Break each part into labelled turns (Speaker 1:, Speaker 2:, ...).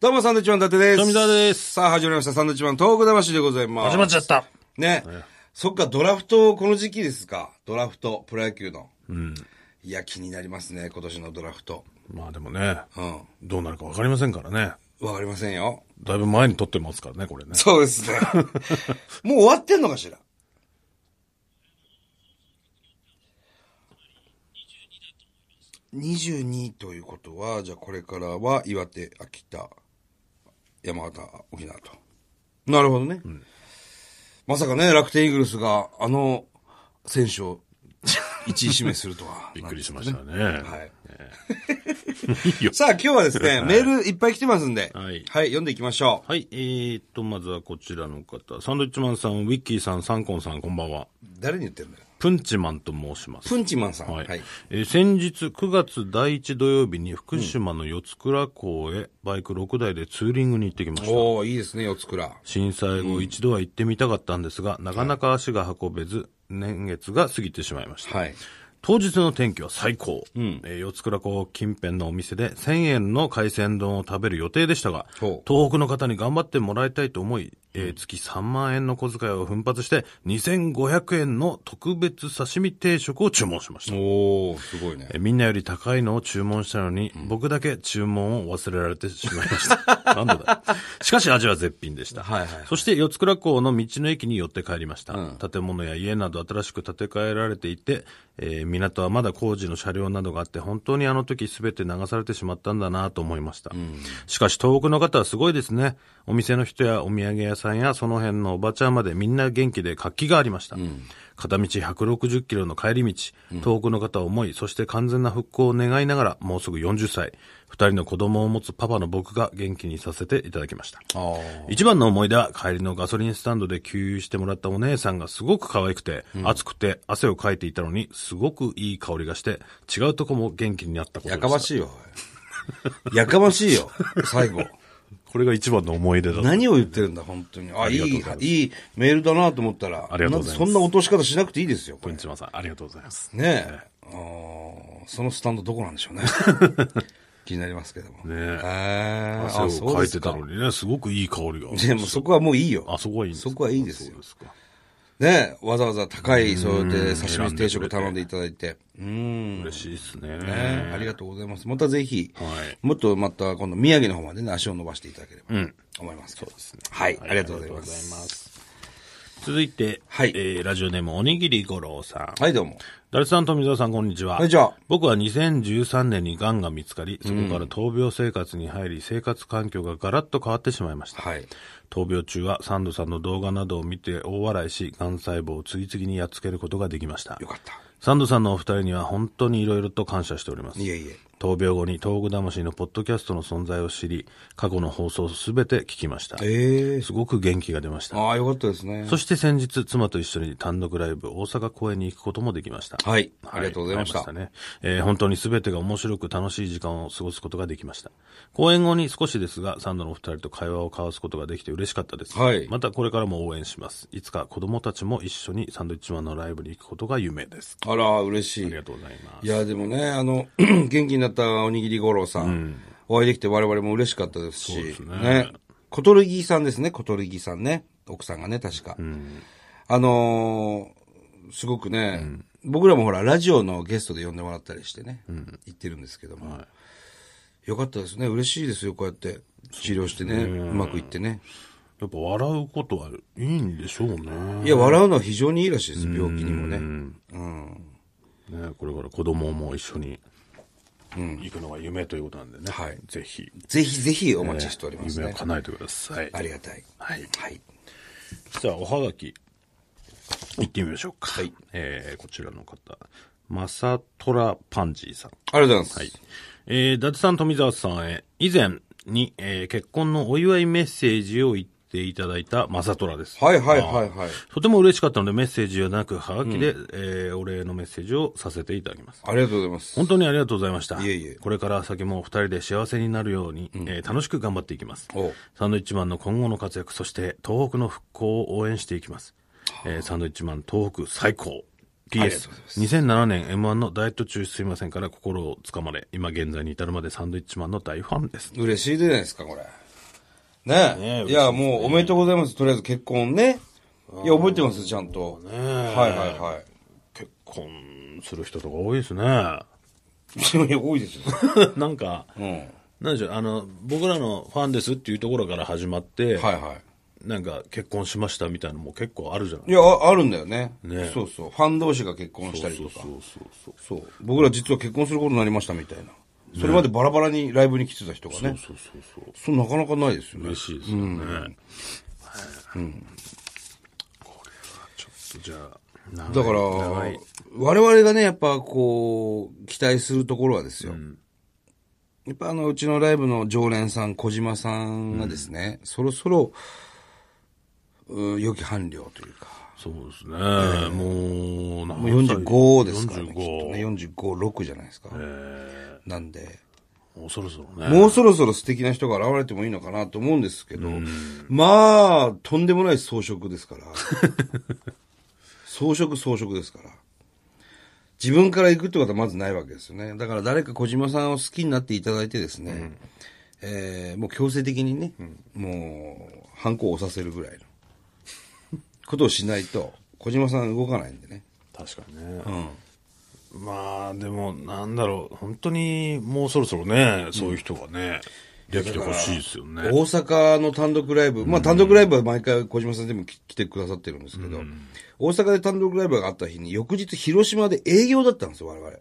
Speaker 1: どうも、サンドウィッチマン伊達です。
Speaker 2: 富澤です
Speaker 1: さあ、始まりました。サンドウィッチマン東北魂でございます。
Speaker 2: 始まっちゃった。
Speaker 1: ね。そっか、ドラフト、この時期ですか。ドラフト、プロ野球の。
Speaker 2: うん。
Speaker 1: いや、気になりますね、今年のドラフト。
Speaker 2: まあでもね、
Speaker 1: うん。
Speaker 2: どうなるかわかりませんからね。
Speaker 1: わかりませんよ。
Speaker 2: だいぶ前に撮ってますからね、これね。
Speaker 1: そうです ね。もう終わってんのかしら。22ということは、じゃあこれからは岩手、秋田、山形、沖縄と。なるほどね。まさかね、楽天イーグルスがあの選手を1位指名するとは。
Speaker 2: びっくりしましたね。は
Speaker 1: はい。
Speaker 2: いよ。
Speaker 1: さあ今日はです ね、メールいっぱい来てますんで、
Speaker 2: はい
Speaker 1: 読んでいきましょ
Speaker 2: はい、えーっと、まずはこちらの方。サンドイッチマンさん、ウィッキーさん、サンコンさん、こんばんは。
Speaker 1: う。誰に言ってんだよ。
Speaker 2: プンチマンと申します。
Speaker 1: プンチマンさん。
Speaker 2: はい、えー先日9月第1土曜日に福島の四つ倉港へバイク6台でツーリングに行ってきました。
Speaker 1: おおいいですね、四つ倉。
Speaker 2: 震災後一度は行ってみたかったんですが、なかなか足が運べず、年月が過ぎてしまいました。
Speaker 1: はい。
Speaker 2: 当日の天気は最高。えー四つ倉港近辺のお店で1000円の海鮮丼を食べる予定でしたが、
Speaker 1: ほう
Speaker 2: 東北の方に頑張ってもらいたいと思い、えー月3万円の小遣いを奮発して、2500円の特別刺身定食を注文しました。
Speaker 1: おおすごいね
Speaker 2: え。ーみんなより高いのを注文したのに、僕だけ注文を忘れられてしまいました。 なんだだ。しかし味は絶品でした。
Speaker 1: はいはいはい
Speaker 2: そして四つ倉港の道の駅に寄って帰りました。建物や家など新しく建て替えられていて、えー港はまだ工事の車両などがあって、本当にあの時全て流されてしまったんだなと思いました。しかし東北の方はすごいですね。お店の人やお土産屋さんやその辺のおばちゃんまでみんな元気で活気がありました。片道160キロの帰り道、東北の方を思い、そして完全な復興を願いながら、もうすぐ40歳、二人の子供を持つパパの僕が元気にさせていただきました。
Speaker 1: あ
Speaker 2: 一番の思い出は帰りのガソリンスタンドで給油してもらったお姉さんがすごく可愛くて、暑くて汗をかいていたのに、すごくいい香りがして、違うとこも元気になったことで
Speaker 1: や
Speaker 2: し
Speaker 1: か
Speaker 2: た。
Speaker 1: ましいよ。おいやかましいよ、最後。
Speaker 2: これが一番の思い出だと。
Speaker 1: 何を言ってるんだ、本当に。あ、いい、いいメールだなと思ったら。
Speaker 2: ありがとうございます
Speaker 1: なんでそんな落とし方しなくていいですよ、こ
Speaker 2: プ
Speaker 1: れ
Speaker 2: ンチマンさん、ありがとうございます。
Speaker 1: ねえ。あーそのスタンドどこなんでしょ うね。気になりますけども。
Speaker 2: ね
Speaker 1: え
Speaker 2: え
Speaker 1: ー。
Speaker 2: 汗をかいてた
Speaker 1: に。
Speaker 2: のにね、すごくいい香りが。
Speaker 1: でもうそこはもういいよ。
Speaker 2: あ、そこはいいんですか
Speaker 1: そこはいいですよ
Speaker 2: そうですか。
Speaker 1: ねえ、わざわざ高い、そうで刺
Speaker 2: 選
Speaker 1: 身
Speaker 2: んでくれて
Speaker 1: 定食頼んでいただいて。うん。
Speaker 2: 嬉しいですね。
Speaker 1: ね、ありがとうございます。またぜひ、
Speaker 2: はい
Speaker 1: もっとまた今度宮城の方までね、足を伸ばしていただければと思いますけど、そうですね。はい、ありがとうございま
Speaker 2: ありがとうござい
Speaker 1: す。
Speaker 2: ます。続いて、
Speaker 1: はい
Speaker 2: えーラジオネームおにぎり五郎さん。
Speaker 1: はい、どうも。
Speaker 2: ダルさん、富澤さん、こんにちは。
Speaker 1: こんにちは
Speaker 2: 僕は2013年に癌が見つかり、そこから闘病生活に入り、生活環境がガラッと変わってしまいました。
Speaker 1: はい。
Speaker 2: 闘病中はサンドさんの動画などを見て大笑いし、癌細胞を次々にやっつけることができました
Speaker 1: よ。かった。
Speaker 2: サンドさんのお二人には本当に色々と感謝しております。
Speaker 1: いえいえ。
Speaker 2: 闘病後に東北魂のポッドキャストの存在を知り、過去の放送すべて聞きました。
Speaker 1: ええ
Speaker 2: すごく元気が出ました。
Speaker 1: ああ、よかったですね。
Speaker 2: そして先日、妻と一緒に単独ライブ大阪公演に行くこともできました。
Speaker 1: はいありがとうございました
Speaker 2: ありねえー本当に全てが面白く楽しい時間を過ごすことができました。公演後に少しですが、サンドのお二人と会話を交わすことができて嬉しかったです。
Speaker 1: はい
Speaker 2: またこれからも応援します。いつか子供たちも一緒にサンドイッチマンのライブに行くことが夢です。
Speaker 1: あら、嬉しい。
Speaker 2: ありがとうございます。
Speaker 1: いや、でもね、あの、 元気になったおにぎり五郎さん、お会いできて我々も嬉しかったですし、ね。コトルギさんですね、コトルギさんね。奥さんがね、確か。あのーすごくね、僕らもほら、ラジオのゲストで呼んでもらったりしてね、行ってるんですけども、よかったですね、嬉しいですよ、こうやって治療してね、うまくいってね。
Speaker 2: やっぱ笑うことはいいんでしょうね。
Speaker 1: いや、笑うのは非常にいいらしいです、病気にもね。
Speaker 2: ね、これから子供も一緒に行くのが夢ということなんでね、
Speaker 1: はい
Speaker 2: ぜひ、
Speaker 1: ぜひぜひお待ちしております
Speaker 2: 夢を
Speaker 1: ね。
Speaker 2: 叶えてください。
Speaker 1: ありがたい。
Speaker 2: はい。
Speaker 1: はい。
Speaker 2: じゃあ、おはがき、行ってみましょうか。はい。えー、こちらの方、マサトラパンジーさん。
Speaker 1: ありがとうございます。
Speaker 2: はい。えー、伊達さん、富澤さんへ、以前に、えー結婚のお祝いメッセージを言っていただいたマサトラです。
Speaker 1: はいはいはいはい。
Speaker 2: とても嬉しかったので、メッセージはなく、はがきで、えーお礼のメッセージをさせていただきます。
Speaker 1: ありがとうございます。
Speaker 2: 本当にありがとうございました。
Speaker 1: いえいえ
Speaker 2: これから先もお二人で幸せになるように、えー楽しく頑張っていきます
Speaker 1: おう。
Speaker 2: サンドイッチマンの今後の活躍、そして東北の復興を応援していきます。えーサンドイッチマン東北最高。
Speaker 1: ありがとう
Speaker 2: PS
Speaker 1: ございま。
Speaker 2: 2007年 M1 のダイエット中すいませんから心をつかまれ、今現在に至るまでサンドイッチマンの大ファンです。
Speaker 1: 嬉しいじゃないですか、これ。ね
Speaker 2: ねえ
Speaker 1: いや、
Speaker 2: 嬉しいですね
Speaker 1: もうおめでとうございます。とりあえず結婚ね。いや、覚えてます、ちゃんと。
Speaker 2: え
Speaker 1: はいはいはい。
Speaker 2: 結婚する人とか多いですね。 ない
Speaker 1: や、多いですよ。
Speaker 2: んか、
Speaker 1: うん。
Speaker 2: なんでしょう、あの、僕らのファンですっていうところから始まって、
Speaker 1: はいは
Speaker 2: なんか結婚しましたみたいなのも結構あるじゃない
Speaker 1: い。いや、ああるんだよね
Speaker 2: ね
Speaker 1: そうそう。ファン同士が結婚したり
Speaker 2: そ
Speaker 1: と
Speaker 2: う
Speaker 1: か。
Speaker 2: そうそうそう。
Speaker 1: そう。僕ら実は結婚することになりましたみたいな。それまでバラバラにライブに来てた人がね。
Speaker 2: そうそうそう。
Speaker 1: そう、なかなかないですよね
Speaker 2: 嬉。しいですよね。はいこれはちょっとじゃあ、長い
Speaker 1: だから、
Speaker 2: 長い
Speaker 1: 我々がね、やっぱこう、期待するところはですよ。やっぱあの、うちのライブの常連さん、小島さんがですね、そろそろ、うん良き伴侶というか、
Speaker 2: そうですね。もう、も
Speaker 1: もう45ですからね、きっとね。
Speaker 2: 45。
Speaker 1: 45、6じゃないですか。なんで、
Speaker 2: もうそろそろね。
Speaker 1: もうそろそろ素敵な人が現れてもいいのかなと思うんですけど、まあ、とんでもない装飾です から。装飾装飾ですから。自分から行くってことはまずないわけですよね。だから誰か小島さんを好きになっていただいてですね、えーもう強制的にね、もう、反抗を押させるぐらいのことをしないと、小島さん動かないんでね。
Speaker 2: 確かにね。まあ、でも、なんだろう。本当に、もうそろそろね、そういう人がね、できてほしいですよね。
Speaker 1: 大阪の単独ライブ、まあ単独ライブは毎回小島さんでも来来てくださってるんですけど、大阪で単独ライブがあった日に、翌日広島で営業だったんですよ、我々。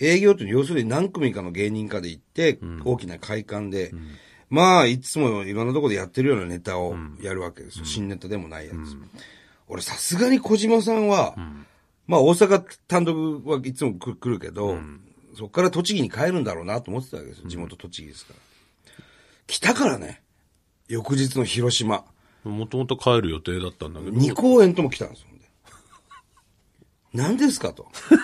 Speaker 1: 営業というのは要するに何組かの芸人かで行って、大きな会館で、まあいつもいろんなところでやってるようなネタをやるわけですよ。新ネタでもないやつ。俺さすがに小島さんは、まあ大阪単独はいつも来来るけど、そこから栃木に帰るんだろうなと思ってたわけですよ。地元栃木ですから。来たからね。翌日の広島。
Speaker 2: もともと帰る予定だったんだけど。
Speaker 1: 2公演とも来たんですよ。何ですかと。 そ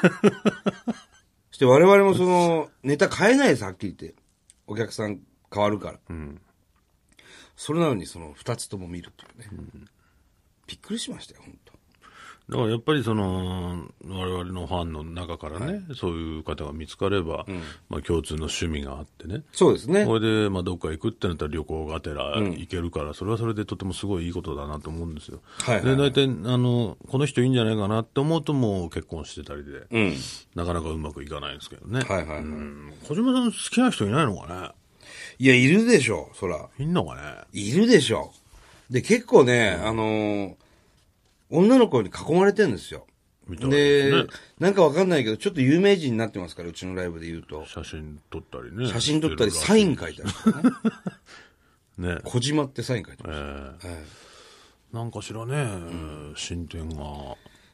Speaker 1: して我々もその、ネタ変えないです、はっきり言って。お客さん変わるから。それなのにその2つとも見るというね。びっくりしましたよ、本当
Speaker 2: だからやっぱりその、我々のファンの中からね、そういう方が見つかれば、まあ共通の趣味があってね。
Speaker 1: そうですね。
Speaker 2: これで、まあ、どっか行くってなったら旅行がてら行けるから、それはそれでとてもすごいいいことだなと思うんですよ。
Speaker 1: はいはいは
Speaker 2: で、大体、あの、この人いいんじゃないかなって思うともう結婚してたりで、
Speaker 1: うん。
Speaker 2: なかなかうまくいかないんですけどね。
Speaker 1: はいはいはい
Speaker 2: うん小島さん好きな人いないのか
Speaker 1: いや、いるでしょう、そら。
Speaker 2: ねいんのかね
Speaker 1: いるでしょう。で、結構ね、あのー女の子に囲まれてるんですよ。
Speaker 2: みたいで
Speaker 1: で、
Speaker 2: すね
Speaker 1: なんかわかんないけど、ちょっと有名人になってますから、うちのライブで言うと。
Speaker 2: 写真撮ったりね。
Speaker 1: 写真撮ったり、サイン書いたりと かね。
Speaker 2: ね。
Speaker 1: 小島ってサイン書いて
Speaker 2: え
Speaker 1: ます。
Speaker 2: ー
Speaker 1: はい
Speaker 2: なんかしらね、進展が。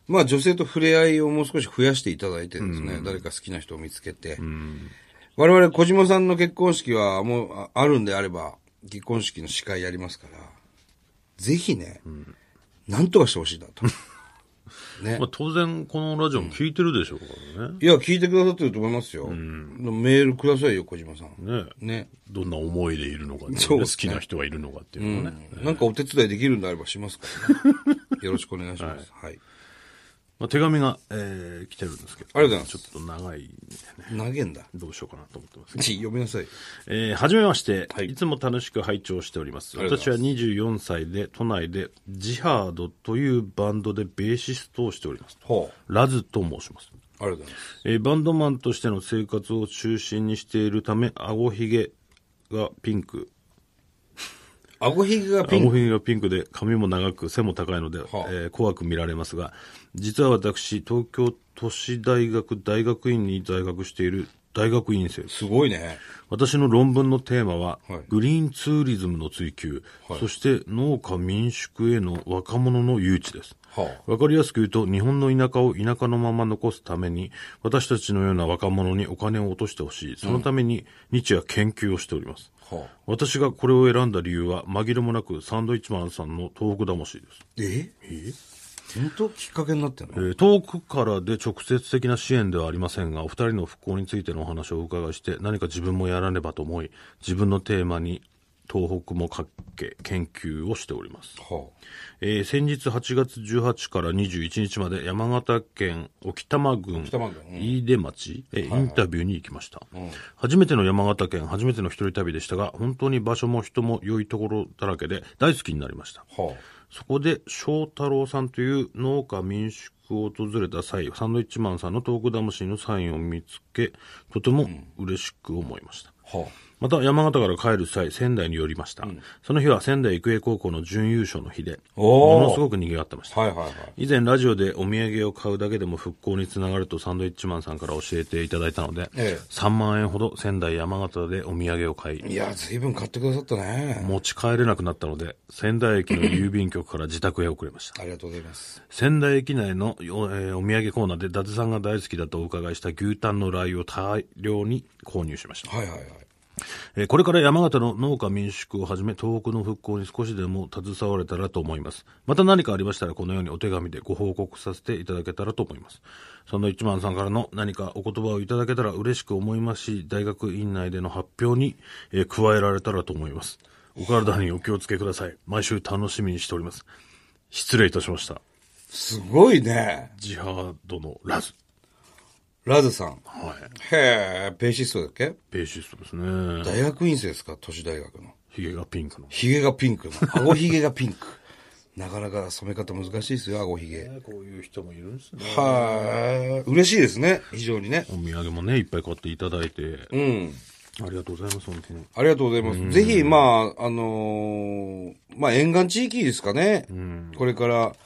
Speaker 1: まあ女性と触れ合いをもう少し増やしていただいてですね、誰か好きな人を見つけて、我々小島さんの結婚式はもうああるんであれば、結婚式の司会やりますから、ぜひね、なんとかしてほしいな と。ね
Speaker 2: まあ、当然、このラジオも聞いてるでしょうからね。
Speaker 1: いや、聞いてくださってると思いますよ。メールくださいよ、小島さん。
Speaker 2: ね
Speaker 1: ね。
Speaker 2: どんな思いでいるのかっていうね、
Speaker 1: そうで
Speaker 2: 好
Speaker 1: す
Speaker 2: き
Speaker 1: ね
Speaker 2: な人がいるのかっていうのがね。
Speaker 1: なんかお手伝いできるんであればしますから、ね、 よろしくお願いします。はい。
Speaker 2: まあ、手紙が、えー来てるんですけど。
Speaker 1: ありがとうございます
Speaker 2: ちょっと長いんでね、
Speaker 1: 投げんだ。
Speaker 2: どうしようかなと思ってます
Speaker 1: ち読みなさいよ。
Speaker 2: えーはじめまして、
Speaker 1: はい
Speaker 2: い、つも楽しく拝聴しております。
Speaker 1: ありがとうご
Speaker 2: 私
Speaker 1: ざい
Speaker 2: は24歳で、都内で、ジハードというバンドでベーシストをしております。
Speaker 1: ほう。
Speaker 2: ラズと申します。
Speaker 1: ありがとうございます。
Speaker 2: えーバンドマンとしての生活を中心にしているため、顎ひげがピンク、
Speaker 1: 顎ひげがピン
Speaker 2: 顎
Speaker 1: ク。
Speaker 2: ひげがピンクで髪も長く背も高いので、
Speaker 1: あ
Speaker 2: えー怖く見られますが、実は私、東京都市大学大学院に在学している大学院生です。
Speaker 1: すごいね。
Speaker 2: 私の論文のテーマは、
Speaker 1: はい
Speaker 2: グリーンツーリズムの追求、そして農家民宿への若者の誘致です。
Speaker 1: は
Speaker 2: わかりやすく言うと、日本の田舎を田舎のまま残すために、私たちのような若者にお金を落としてほしい。そのために、日夜研究をしております。
Speaker 1: あ。はあ。
Speaker 2: 私がこれを選んだ理由は、紛れもなくサンドイッチマンさんの東北魂です。
Speaker 1: え本当きっかけになってん
Speaker 2: え
Speaker 1: の
Speaker 2: ー遠くからで直接的な支援ではありませんが、お二人の復興についてのお話をお伺いして、何か自分もやらねばと思い、自分のテーマに東北も各家研究をしております。
Speaker 1: はあ
Speaker 2: えー先日8月18から21日まで山形県置賜郡
Speaker 1: 北間郡うん
Speaker 2: 飯出町へインタビューに行きました、初めての山形県初めての一人旅でしたが本当に場所も人も良いところだらけで大好きになりました
Speaker 1: はあ
Speaker 2: そこで翔太郎さんという農家民宿を訪れた際サンドイッチマンさんのトーク魂のサインを見つけとても嬉しく思いました、
Speaker 1: は
Speaker 2: また山形から帰る際、仙台に寄りました。その日は仙台育英高校の準優勝の日で、
Speaker 1: おー
Speaker 2: ものすごく賑わってまし
Speaker 1: あ
Speaker 2: た。
Speaker 1: はいはいはい。
Speaker 2: 以前ラジオでお土産を買うだけでも復興につながるとサンドイッチマンさんから教えていただいたので、
Speaker 1: ええ
Speaker 2: 3万円ほど仙台山形でお土産を買い、
Speaker 1: いや、随分買ってくださったね。
Speaker 2: 持ち帰れなくなったので、仙台駅の郵便局から自宅へ送れました。
Speaker 1: ありがとうございます。
Speaker 2: 仙台駅内の、おえーお土産コーナーで伊達さんが大好きだとお伺いした牛タンのラー油を大量に購入しました。
Speaker 1: はいはいはい。
Speaker 2: えーこれから山形の農家民宿をはじめ、東北の復興に少しでも携われたらと思います。また何かありましたら、このようにお手紙でご報告させていただけたらと思います。その一番さんからの何かお言葉をいただけたら嬉しく思いますし、大学院内での発表に、えー加えられたらと思います。お体にお気をつけください。毎週楽しみにしております。失礼いたしました。
Speaker 1: すごいね。
Speaker 2: ジハードのラズ。
Speaker 1: ラズさん。
Speaker 2: はい。
Speaker 1: へえ、ベーシストだっけ
Speaker 2: ベーシストですね。
Speaker 1: 大学院生ですか都市大学の。
Speaker 2: ヒゲがピンクの。
Speaker 1: ヒゲがピンク。顎ひげがピンク。なかなか染め方難しいですよ、顎ひげ。
Speaker 2: こういう人もいるんですね。
Speaker 1: はー嬉しいですね、非常にね。
Speaker 2: お土産もね、いっぱい買っていただいて、
Speaker 1: うん。
Speaker 2: ありがとうございます、本当に。
Speaker 1: ありがとうございます。ぜひ、まあ、あのーまあ、沿岸地域ですかね。これから、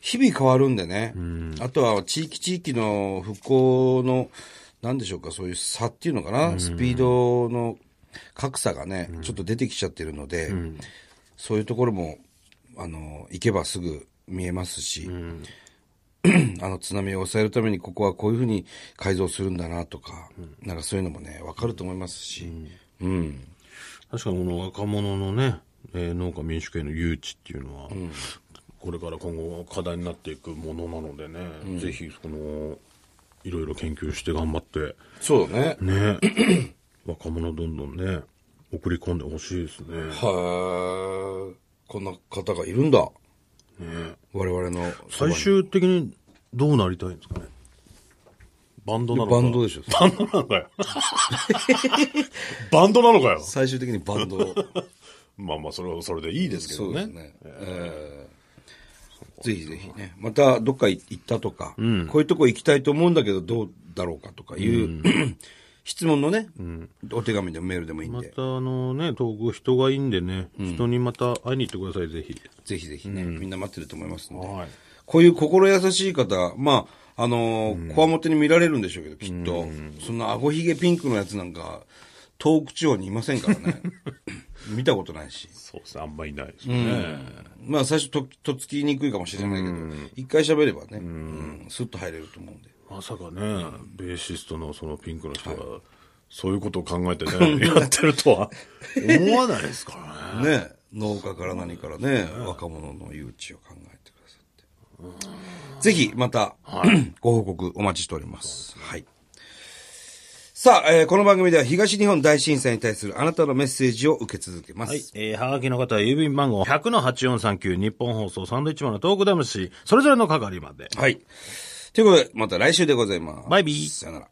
Speaker 1: 日々変わるんでね。あとは、地域地域の復興の、なんでしょうか、そういう差っていうのかな。スピードの格差がね、ちょっと出てきちゃってるので、そういうところも、あのー行けばすぐ見えますし、 あの津波を抑えるためにここはこういうふうに改造するんだなとか、なんかそういうのもね、わかると思いますし、うん
Speaker 2: 確かにこの若者のね、えー農家民主への誘致っていうのは、これから今後課題になっていくものなのでね、ぜひ、その、いろいろ研究して頑張って、
Speaker 1: そうだね。
Speaker 2: ね、若者どんどんね、送り込んでほしいですね。
Speaker 1: はえ。こんな方がいるんだ。我々のそば
Speaker 2: 最
Speaker 1: に
Speaker 2: 終的にどうなりたいんですかね。バンドなのか
Speaker 1: バンドでしょ。
Speaker 2: バンドなのか よ。バンドなのかよ。
Speaker 1: 最終的にバンド。
Speaker 2: まあまあ、それはそれでいいですけ
Speaker 1: そ
Speaker 2: ど
Speaker 1: うで
Speaker 2: ね。
Speaker 1: すね。えーぜひぜひね。またどっか行ったとか、こういうとこ行きたいと思うんだけどどうだろうかとかいう、 質問のね、お手紙でもメールでもいいん
Speaker 2: ま
Speaker 1: で、
Speaker 2: たあのね、東北人がいいんでね、人にまた会いに行ってください、ぜひ。
Speaker 1: ぜひぜひね、みんな待ってると思いますので。
Speaker 2: はい。
Speaker 1: こういう心優しい方、まあ、あのー、こわもてに見られるんでしょうけど、きっと。そんな顎ひげピンクのやつなんか、東北地方にいませんから ね。見たことないし。
Speaker 2: そうですね、あんまりいないですね。
Speaker 1: まあ、最初と、とっつきにくいかもしれないけど、一回喋ればね、うんスッと入れると思うんで。
Speaker 2: まさかね、ベーシストのそのピンクの人が、そういうことを考えてね、やってるとは思わないで すからね。
Speaker 1: ね農家から何からね、若者の誘致を考えてくださって。ぜひ、また、ご報告お待ちしております。はい。さあ、えーこの番組では東日本大震災に対するあなたのメッセージを受け続けます。
Speaker 2: はい。えー、はがきの方は郵便番号100-8439日本放送サンドイッチマンのトーク魂、それぞれの係まで。
Speaker 1: はい。ということで、また来週でございます。
Speaker 2: バイビー
Speaker 1: さよなら。